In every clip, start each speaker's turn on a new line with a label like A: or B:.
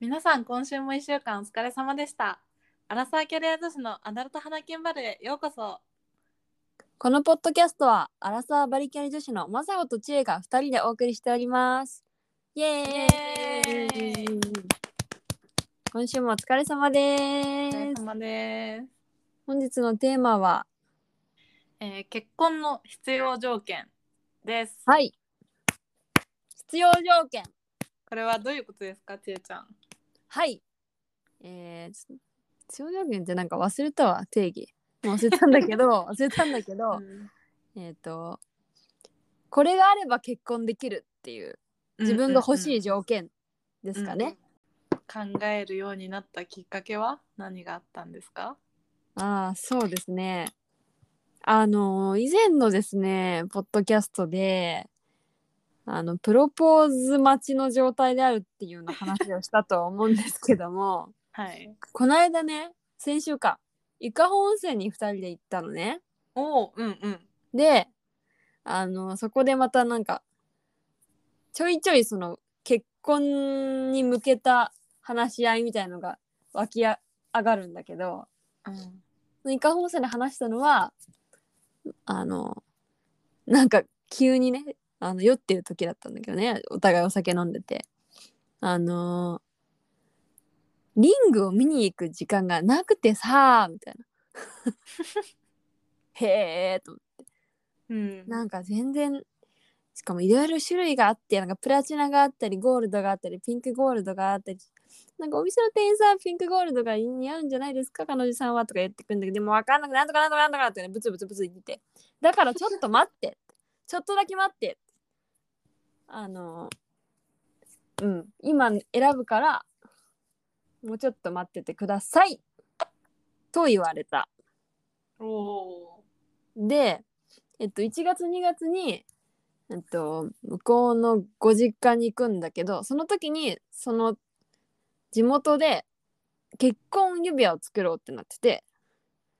A: 皆さん今週も1週間お疲れ様でしたアラサーキャリア女子のアダルト花金バルへようこそ
B: このポッドキャストはアラサーバリキャリ女子のマサオとチエが二人でお送りしております。イエーイ
A: イエー
B: 今週もお疲れ様
A: お疲れ
B: です。
A: 様です、
B: 本日のテーマは
A: えー結婚の必要条件です、
B: はい必要条件
A: これはどういうことですかちえちゃん
B: はい。えーつ必要条件ってなんか忘れたわ定義。もう忘れたんだけど忘れたんだけど、えっ、とこれがあれば結婚できるっていう自分が欲しい
A: い
B: 条件ですかね。
A: 考えるようになったきっかけは何があったんですか
B: ああそうですね。あの以前のですねポッドキャストであのプロポーズ待ちの状態であるっていうような話をしたと思うんですけども
A: はい
B: この間ね先週か伊香保温泉に2人で行ったのね。
A: おおうんうん
B: であのそこでまたなんかちょいちょいその結婚に向けた話し合いみたいのが湧きあ上がるんだけど。
A: うん
B: イカ本線で話したのはあのなんか急にねあの酔ってる時だったんだけどねお互いお酒飲んでてあのリングを見に行く時間がなくてさみたいなへえと思って
A: うん
B: なんか全然しかもいろいろ種類があってなんかプラチナがあったりゴールドがあったりピンクゴールドがあったりなんかお店の店員さんピンクゴールドが似合うんじゃないですか彼女さんはとか言ってくんだけどでも分かんなくなんとかなんとかなんとかってねブツブツブツ言っててだからちょっと待ってちょっとだけ待ってあのうん今選ぶからもうちょっと待っててくださいと言われた
A: おお
B: で、えっと、1月2月に、えっと、向こうのご実家に行くんだけどその時にその地元で結婚指輪を作ろうってなってて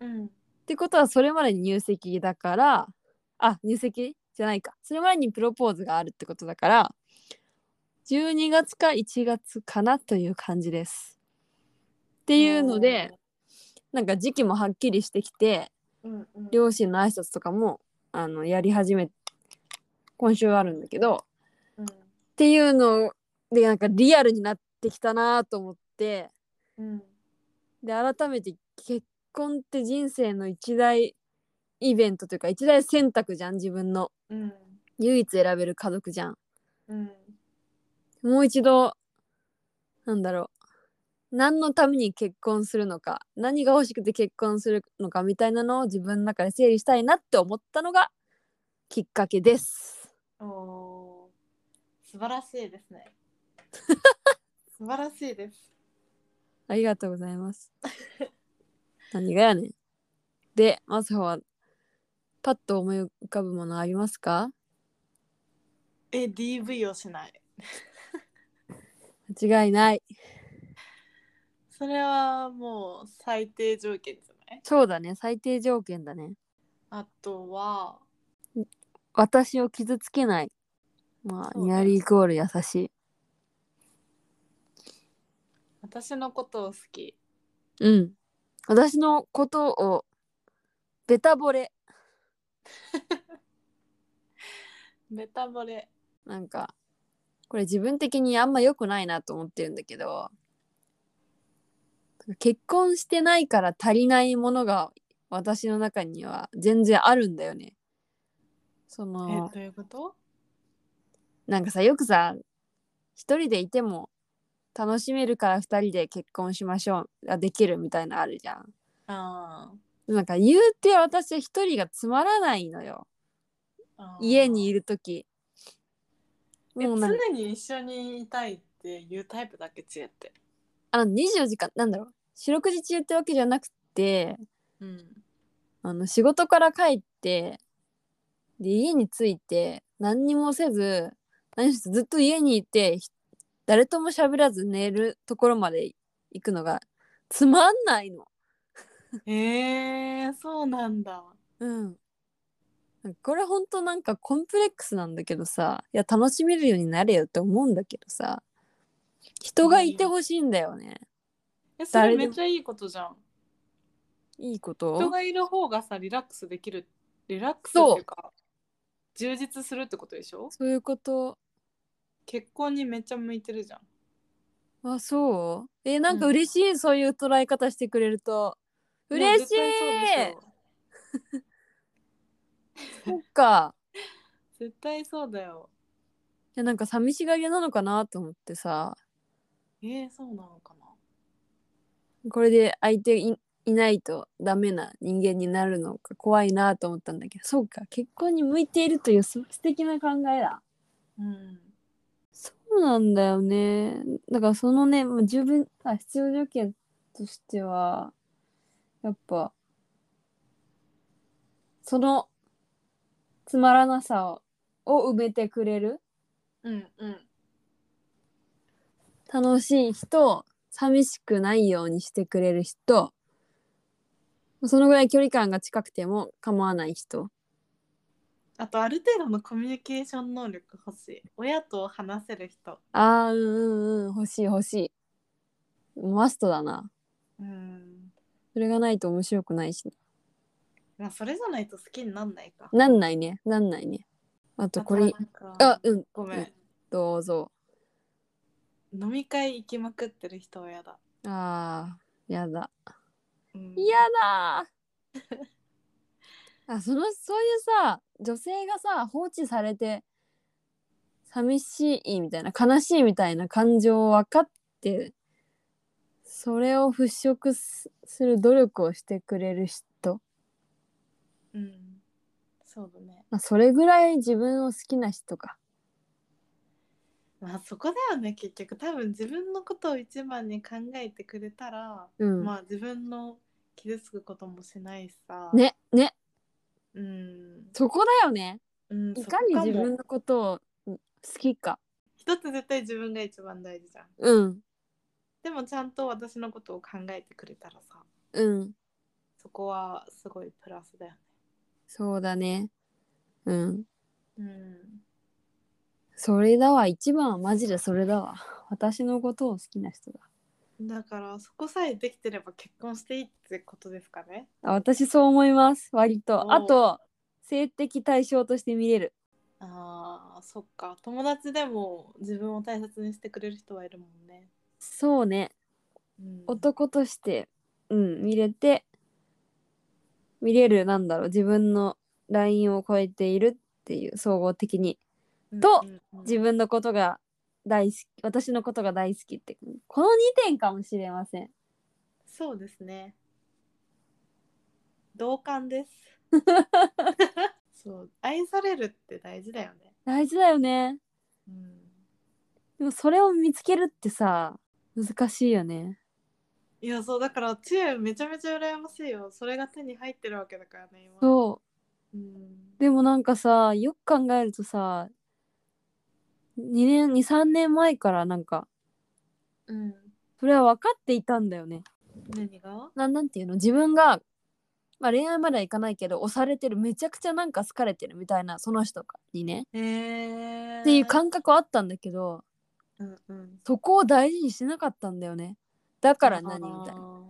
A: うん
B: ってことはそれまでに入籍だからあ入籍じゃないかそれまでにプロポーズがあるってことだから12月か1月かなという感じです。っていうのでなんか時期もはっきりしてきて
A: うんうん
B: 両親の挨拶とかもあのやり始め今週あるんだけど
A: う
B: っていうのでなんかリアルになってきたなと思って
A: んうん
B: で改めて結婚って人生の一大イベントというか一大選択じゃん自分の
A: うん
B: 唯一選べる家族じゃん
A: うん
B: もう一度なんだろう何のために結婚するのか何が欲しくて結婚するのかみたいなのを自分の中で整理したいなって思ったのがきっかけです。
A: おー素晴らしいですね。 素晴らしいです。
B: ありがとうございます。何がやねん。で、マサホはパッと思い浮かぶものありますか
A: え、DV をしない。
B: 間違いない。
A: それはもう最低条件じゃない
B: そうだね、最低条件だね。
A: あとは、
B: 私を傷つけない。ま
A: そ
B: あ、
A: うだね
B: ニアリーイコール優しい。
A: 私のことを好き。
B: うん。私のことをベタ惚れ。
A: ベタボレ。
B: なんか、これ自分的にあんま良くないなと思ってるんだけど、結婚してないから足りないものが私の中には全然あるんだよね。そ
A: え、
B: の
A: ど、ういうこと
B: なんかさ、よくさ、一人でいても楽しめるから二人で結婚しましょう、あできるみたいなのあるじゃん。
A: あー
B: なんか言うて私は一人がつまらないのよ。
A: あー。
B: 家にいるとき。
A: え
B: もうなんか
A: 常に一緒にいたいっていうタイプだっけちえって。
B: あの24時間なんだろう四六時中ってわけじゃなくて
A: うん。
B: あの仕事から帰ってで家に着いて何にもせず何もせずずっと家にいてひ誰とも喋らず寝るところまで行くのがつまんないの。
A: えー、そうなんだ。
B: うん、なんかこれほんとなんかコンプレックスなんだけどさいや楽しめるようになれよって思うんだけどさ人がいてほしいんだよね。
A: えそれ
B: 誰で
A: め
B: も
A: っちゃいいことじゃん
B: いいこ
A: 人
B: と
A: がいる方がさリラックスできるリラックスっていうか充実するってことでしょ
B: そういうこと。
A: 結婚にめっちゃ向いてるじゃん
B: あ、そうえ、なんか
A: うん
B: 嬉しい、そういう捉え方してくれると。嬉しい
A: ね絶対そうでしょ
B: そっか。
A: 絶対そうだよ
B: いや、なんか寂しがり屋なのかなと思ってさ、
A: えー、そうなのかな
B: これで相手いいないとダメな人間になるのか怖いなと思ったんだけど、そうか、結婚に向いているというす素敵な考えだ。
A: うん
B: そうなんだよね。だからそのね、まあ、十分あ必要条件としては、やっぱ、そのつまらなさをを埋めてくれる
A: うんうん
B: 楽しい人、寂しくないようにしてくれる人、そのぐらい距離感が近くても構わない人。
A: あとある程度のコミュニケーション能力欲しい親と話せる人
B: ああ、うんうんうん、欲しい欲しい。マストだな。
A: うん
B: それがないと面白くないし。
A: まあそれじゃないと好きになんないか
B: なんないね、なんないね。あとこ
A: あ
B: れ
A: と、なんか
B: あ、うん、
A: ごめ
B: うんどうぞ。
A: 飲み会行きまくってる人は嫌だ、
B: あー、やだ。
A: うん
B: やだーあ、その、そういうさ、女性がさ、放置されて、寂しいみたいな、悲しいみたいな感情を分かって、それを払拭すする努力をしてくれる人、
A: うんそうだね
B: まあ、それぐらい自分を好きな人か。
A: まあそこだよね結局多分自分のことを一番に考えてくれたら、
B: うん。
A: まあ自分の傷つくこともしないしさ
B: ね、ね、
A: うん、
B: そこだよね。
A: うん、
B: いかに
A: そこ
B: 自
A: も
B: 分のことを好きか。
A: 一つ絶対自分が一番大事じゃん
B: うん、
A: でもちゃんと私のことを考えてくれたらさ
B: うん。
A: そこはすごいプラスだよね
B: そうだね。うん。
A: うん
B: それだわ。一番はマジでそれだわ。私のことを好きな人だ。
A: だからそこさえできてれば結婚していいってことですかね
B: あ私そう思います。割
A: お
B: と。
A: う
B: あと、性的対象として見れる。
A: あーそっか友達でも自分を大切にしてくれる人はいるもんね、
B: そうね。
A: うん、
B: 男として、うん、見れて、見れる、なんだろう、自分のラインを超えているっていう、総合的に。と
A: うんうんうん
B: 自分のことが大好き、私のことが大好きって、この2点かもしれません。
A: そうですね同感です そう愛されるって大事だよね、
B: 大事だよね。
A: うん、
B: でもそれを見つけるってさ難しいよね
A: いやそうだから知恵めちゃめちゃ羨ましいよそれが手に入ってるわけだからね今、
B: そううでもなんかさよく考えるとさ2年23年前からなんか
A: うん、
B: それは分かっていたんだよね
A: 何が
B: なんなんていうの自分が、まあ、恋愛まではいかないけど押されてるめちゃくちゃなんか好かれてるみたいなその人にね
A: へえ
B: っていう感覚はあったんだけど
A: うんうん
B: そこを大事にしなかったんだよねだから何みたいな
A: な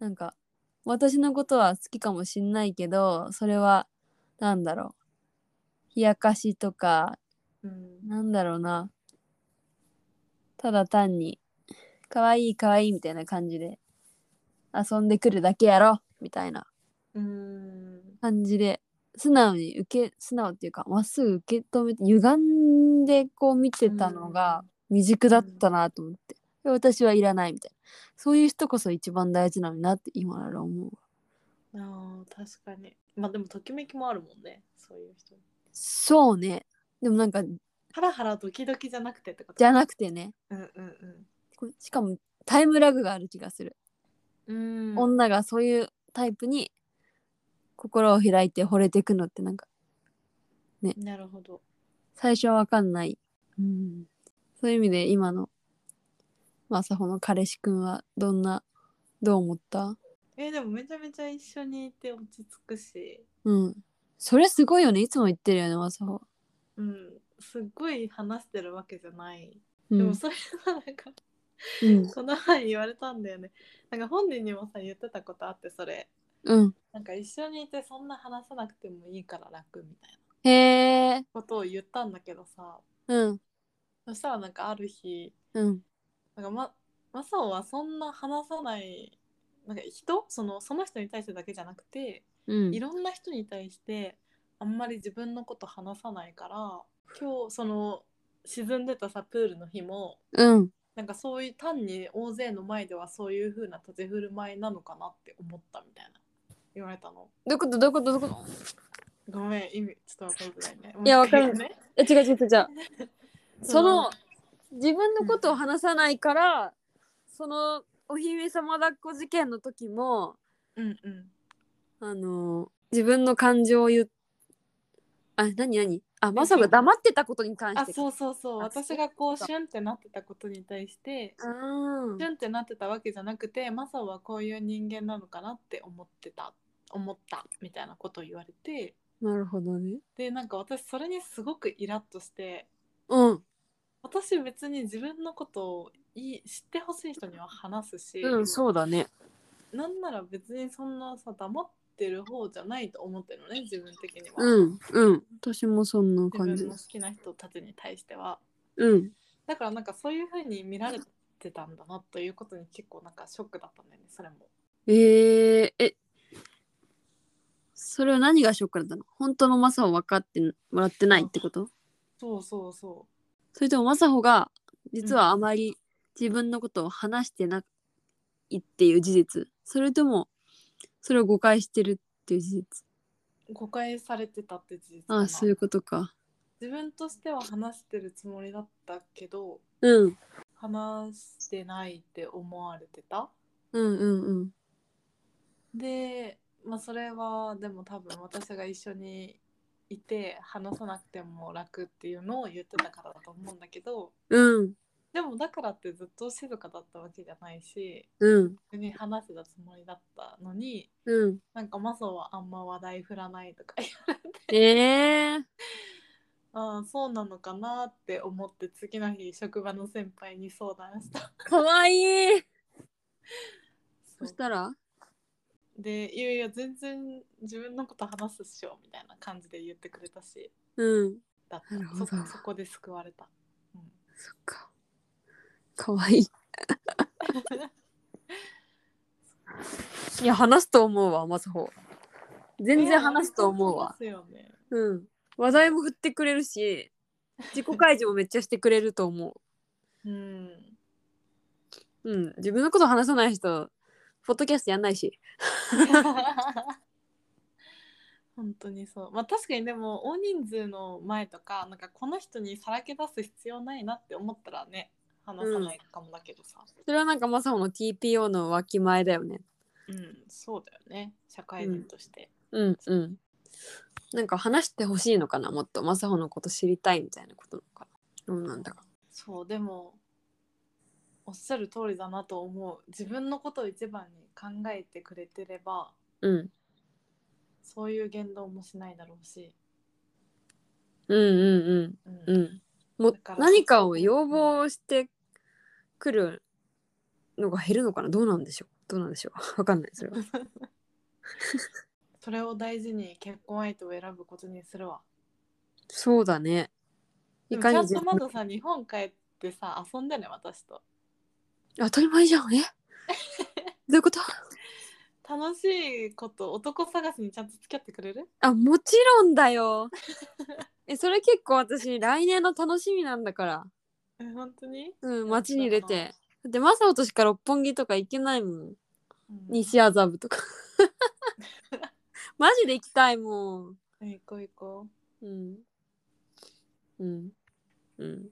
B: なんか私のことは好きかもしんないけどそれはなんだろう冷やかしとか
A: うん
B: なんだろうなただ単に可愛い可愛いみたいな感じで遊んでくるだけやろみたいな
A: うん
B: 感じで素直に受け素直っていうかまっすぐ受け止めて歪んでこう見てたのが未熟だったなと思って、で私はいらないみたいなそういう人こそ一番大事なのになって今なら思う
A: あー確かにまあでもときめきもあるもんねそういう人
B: そうね。でもなんか、
A: ハラハラドキドキじゃなくてってこと
B: じゃなくてね。
A: うんうん
B: こうしかも、タイムラグがある気がする。
A: うんうん
B: 女がそういうタイプに心を開いて惚れていくのってなんか、
A: なるほど
B: 最初はわかんない。うん。そういう意味で今の、まさほの彼氏くんはどんな、どう思った
A: えでもめちゃめちゃ一緒にいて落ち着くし
B: うん。それすごいよね。いつも言ってるよね、まさほ。
A: うんすっごい話してるわけじゃない
B: う
A: でも
B: ん
A: それはなんか
B: うん
A: この前言われたんだよねなんか本人にもさ言ってたことあってそれ
B: うん
A: なんか一緒にいてそんな話さなくてもいいから楽みたいな
B: へえ
A: ことを言ったんだけどさ
B: うん
A: そしたらなんかある日
B: うん
A: なんかまマサオはそんな話さないなんか人そのその人に対してだけじゃなくて、
B: うん
A: いろんな人に対してあんまり自分のこと話さないから今日その沈んでたさプールの日も
B: うん
A: なんかそういう単に大勢の前ではそういう風な立ち振る舞いなのかなって思ったみたいな言われたの
B: どういうことどういうことどういうこと
A: ごめん意味ちょっと分かんないね
B: いや
A: もう一回
B: わかる
A: ね
B: え違う 違う違う違う
A: そ
B: そ
A: の
B: の自分のことを話さないから、そのお姫様抱っこ事件の時も
A: うんうん
B: あの自分の感情を言っあ何何あまさか黙ってたことに関
A: あ
B: して
A: そうそうそう
B: あ
A: 私がこう
B: そう
A: シュンってなってたことに対して
B: あー
A: シュンってなってたわけじゃなくてマサはこういう人間なのかなって思ってた思ったみたいなことを言われて
B: なるほどね
A: でなんか私それにすごくイラッとして
B: うん
A: 私別に自分のことをいい知ってほしい人には話すし、
B: うんそうだね
A: なんなら別にそんなさ黙ってる方じゃないと思ってるのね自分的には、
B: うんうん私もそんな感
A: 自
B: じ
A: 分の好きな人たちに対しては
B: うん
A: だからなんかそういう風に見られてたんだなということに結構なんかショックだったんだよねそれも
B: えー、えそれは何がショックだったの本当のマサを分かってもらってないってこと
A: そうそうそ
B: それともマサホが実はあまり自分のことを話してないっていう事実それともそれを誤解してるっていう事実
A: う誤解されてたって事実か
B: あ
A: な
B: あそういうことか
A: 自分としては話してるつもりだったけど
B: うん
A: 話してないって思われてた
B: うんうんうん
A: で、まあ、それはでも多分私が一緒にいて話さなくても楽っていうのを言ってたからだと思うんだけど
B: うん
A: でもだからってずっと静かだったわけじゃないし
B: うん
A: 普通に話してたつもりだったのに
B: うん
A: なんかマソはあんま話題振らないとか
B: えー、
A: ああそうなのかなって思って次の日職場の先輩に相談した。
B: かわいい
A: そ
B: そうしたら
A: で「いやいや全然自分のこと話すっしょ」みたいな感じで言ってくれたし
B: うん
A: だった
B: なるほど
A: そそこで救われた。うん
B: そっかかわい いいや話すと思うわマサホ全然話すと思うわ
A: いや本当に話すよね
B: うん、話題も振ってくれるし自己開示もめっちゃしてくれると思
A: うん。
B: う、うん、自分のこと話さない人ポッドキャストやんないし
A: 本当にそう。まあ確かにでも大人数の前とかなんかこの人にさらけ出す必要ないなって思ったらね話さないかもだけどさ。
B: それはなんかマサホの TPO のわきまえだよね
A: うん、そうだよね社会人として。
B: うんうんなんか話してほしいのかなもっとマサホのこと知りたいみたいなことなのかなどうなんだか
A: そうでもおっしゃる通りだなと思う。自分のことを一番に考えてくれてれば
B: うん
A: そういう言動もしないだろうし。
B: うんうん
A: う。
B: うんうんんもう
A: だから
B: 何かを要望してくるのが減るのかなどうなんでしょうどうなんでしょうわかんないそれは
A: それを大事に結婚相手を選ぶことにするわ。
B: そうだね
A: で
B: い
A: も
B: か
A: ち
B: に
A: ゃん
B: 自
A: と
B: 分
A: まださ日本帰ってさ遊んでね私と
B: 当たり前じゃ んえどういうこと
A: 楽しいこと男探しにちゃんと付き合ってくれる
B: あもちろんだよえそれ結構私来年の楽しみなんだから
A: え本当に、
B: うん街に出てだってマサオとしか六本木とか行けないもん
A: うん
B: 西麻布と かマジで行きたいもん
A: うん行こう行こ
B: うんうんうん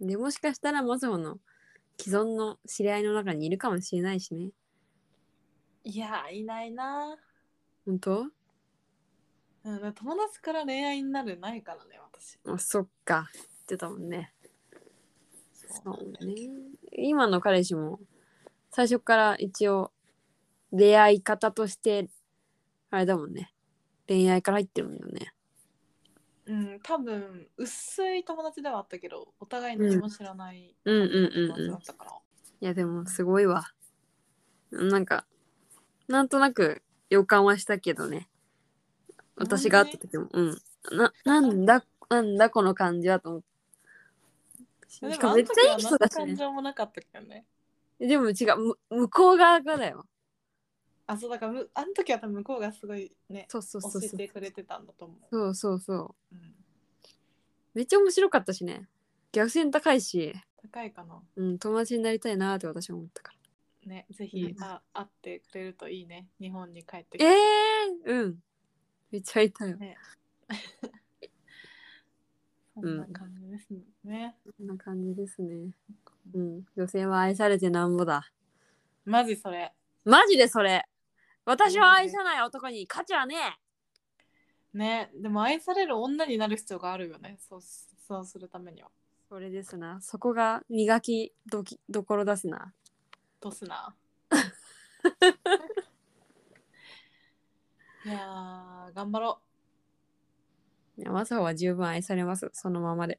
B: でもしかしたらマサオの既存の知り合いの中にいるかもしれないしね
A: ういやいないな、
B: 本当
A: うん、友達から恋愛になるないからね私
B: あそっか言ってたもんね
A: そう
B: そうね今の彼氏も最初から一応出会い方としてあれだもんね恋愛から入ってるもんよね
A: うん、多分薄い友達ではあったけどお互い何も知らない
B: うんうん
A: 友
B: うんう
A: 達
B: ん
A: だったから、
B: いやでもすごいわなんかなんとなく予感はしたけどね私が会った時もうんななんだなんだこの感じはと思ってし
A: で
B: か
A: も
B: も
A: あ
B: め
A: の
B: っち
A: 時
B: ゃいい
A: は
B: 人
A: 何
B: だ
A: の
B: し
A: 感
B: ね
A: 情もなかったけどね
B: でも違うむ向こう側がだよ
A: あそうだからむあの時は多分向こうがすごいね
B: そうそうそう
A: 教
B: そ
A: え
B: う
A: てくれてたんだと思う、
B: そうそうそう
A: うん、
B: めっちゃ面白かったしね逆線高いし、
A: 高いかな
B: うん、友達になりたいなーって私は思ったから
A: ねぜひ、
B: うん
A: あ会ってくれるといいね日本に帰ってきて、
B: ええー、うんめっちゃ痛いよ
A: ね、そんな感じですね、
B: こんな感じですねうん女性は愛されてなんぼだ
A: マジそれ
B: マジでそれ私を愛さない男に価値はねえ
A: ねでも愛される女になる必要があるよねそうすそうするためには
B: それですなそこが磨きどきどころだすな
A: どすないやー頑張ろ
B: いやマサオは十分愛されますそのままで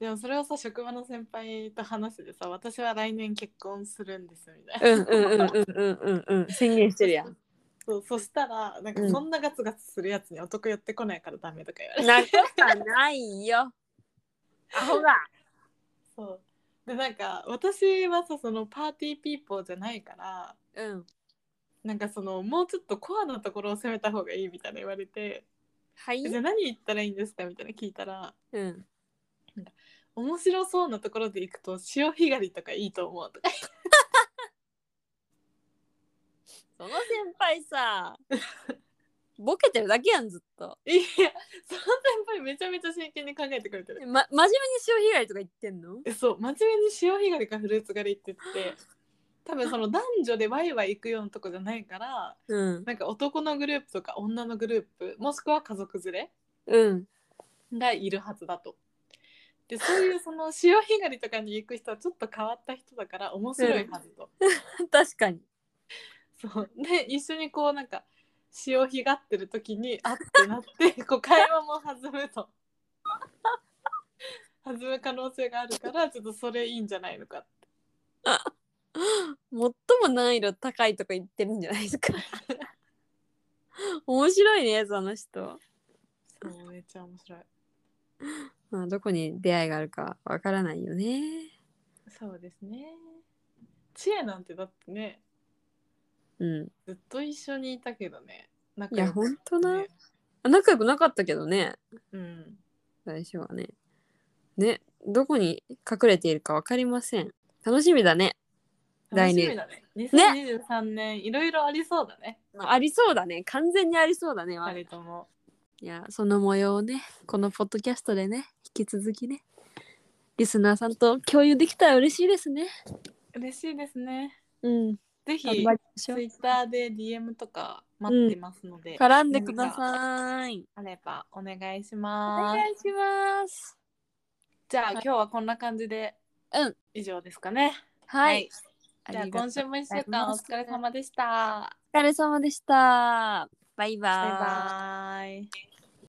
A: うでもそれをさ職場の先輩と話しててさ私は来年結婚するんですみたいな
B: うんうんうんうんうんうんうん宣言してるやん
A: そうそしたらなんか
B: うん
A: そんなガツガツするやつに男寄ってこないからダメとか言われて、
B: なことはないよアホが
A: そうでなんか私はさそのパーティーピーポーじゃないから
B: うん
A: なんかそのもうちょっとコアなところを攻めた方がいいみたいな言われて
B: はい
A: じゃあ何言ったらいいんですかみたいな聞いたら
B: うん
A: 面白そうなところで行くと潮干狩りとかいいと思うとか
B: その先輩さボケてるだけやんずっと、
A: いやその先輩めちゃめちゃ真剣に考えてくれてる
B: ま、真面目に潮被害とか言ってんの
A: えそう真面目に潮干狩りかフルーツ狩りって言って多分その男女でワイワイ行くようなとこじゃないから
B: うん
A: なんか男のグループとか女のグループもしくは家族連れ
B: うん
A: がいるはずだと。でそういうその潮干狩りとかに行く人はちょっと変わった人だから面白いはずと。
B: 確かに
A: そうで一緒にこうなんか潮干狩ってる時にあってな ってこう会話も弾むと弾む可能性があるからちょっとそれいいんじゃないのかって
B: 最も難易度高いとか言ってるんじゃないですか 面白いねその人、
A: そうめっちゃ面白い
B: まあ、どこに出会いがあるかわからないよね
A: そうですね知恵なんてだってね
B: うん
A: ずっと一緒にいたけどね仲
B: いや
A: 良く
B: ほんとな
A: ね
B: 仲良くなかったけどね
A: うん
B: 最初はねねどこに隠れているかわかりません楽しみだね
A: 楽
B: 来
A: し
B: 年
A: みだね2023年いろいろありそうだね
B: まあありそうだね完全にありそうだね、まあ
A: 2人とも
B: いやその模様をねこのポッドキャストでね引き続きねリスナーさんと共有できたら嬉しいですね
A: 嬉しいですね
B: うん
A: ぜ
B: 頑
A: ひ
B: 張りましょう
A: ツイッターで DM とか待ってますので、
B: 絡んでください。
A: あればお願いし
B: お
A: ます。
B: 願いします。
A: じゃあ今日はこんな感じで、
B: うん、
A: 以上ですかね。
B: はい。
A: じゃあ
B: りがと
A: 今
B: う
A: 週も一週
B: ござい
A: 間お
B: ます
A: 疲れ様でした。
B: お疲れ様でした。バイバ
A: バイ
B: イ。
A: バイ。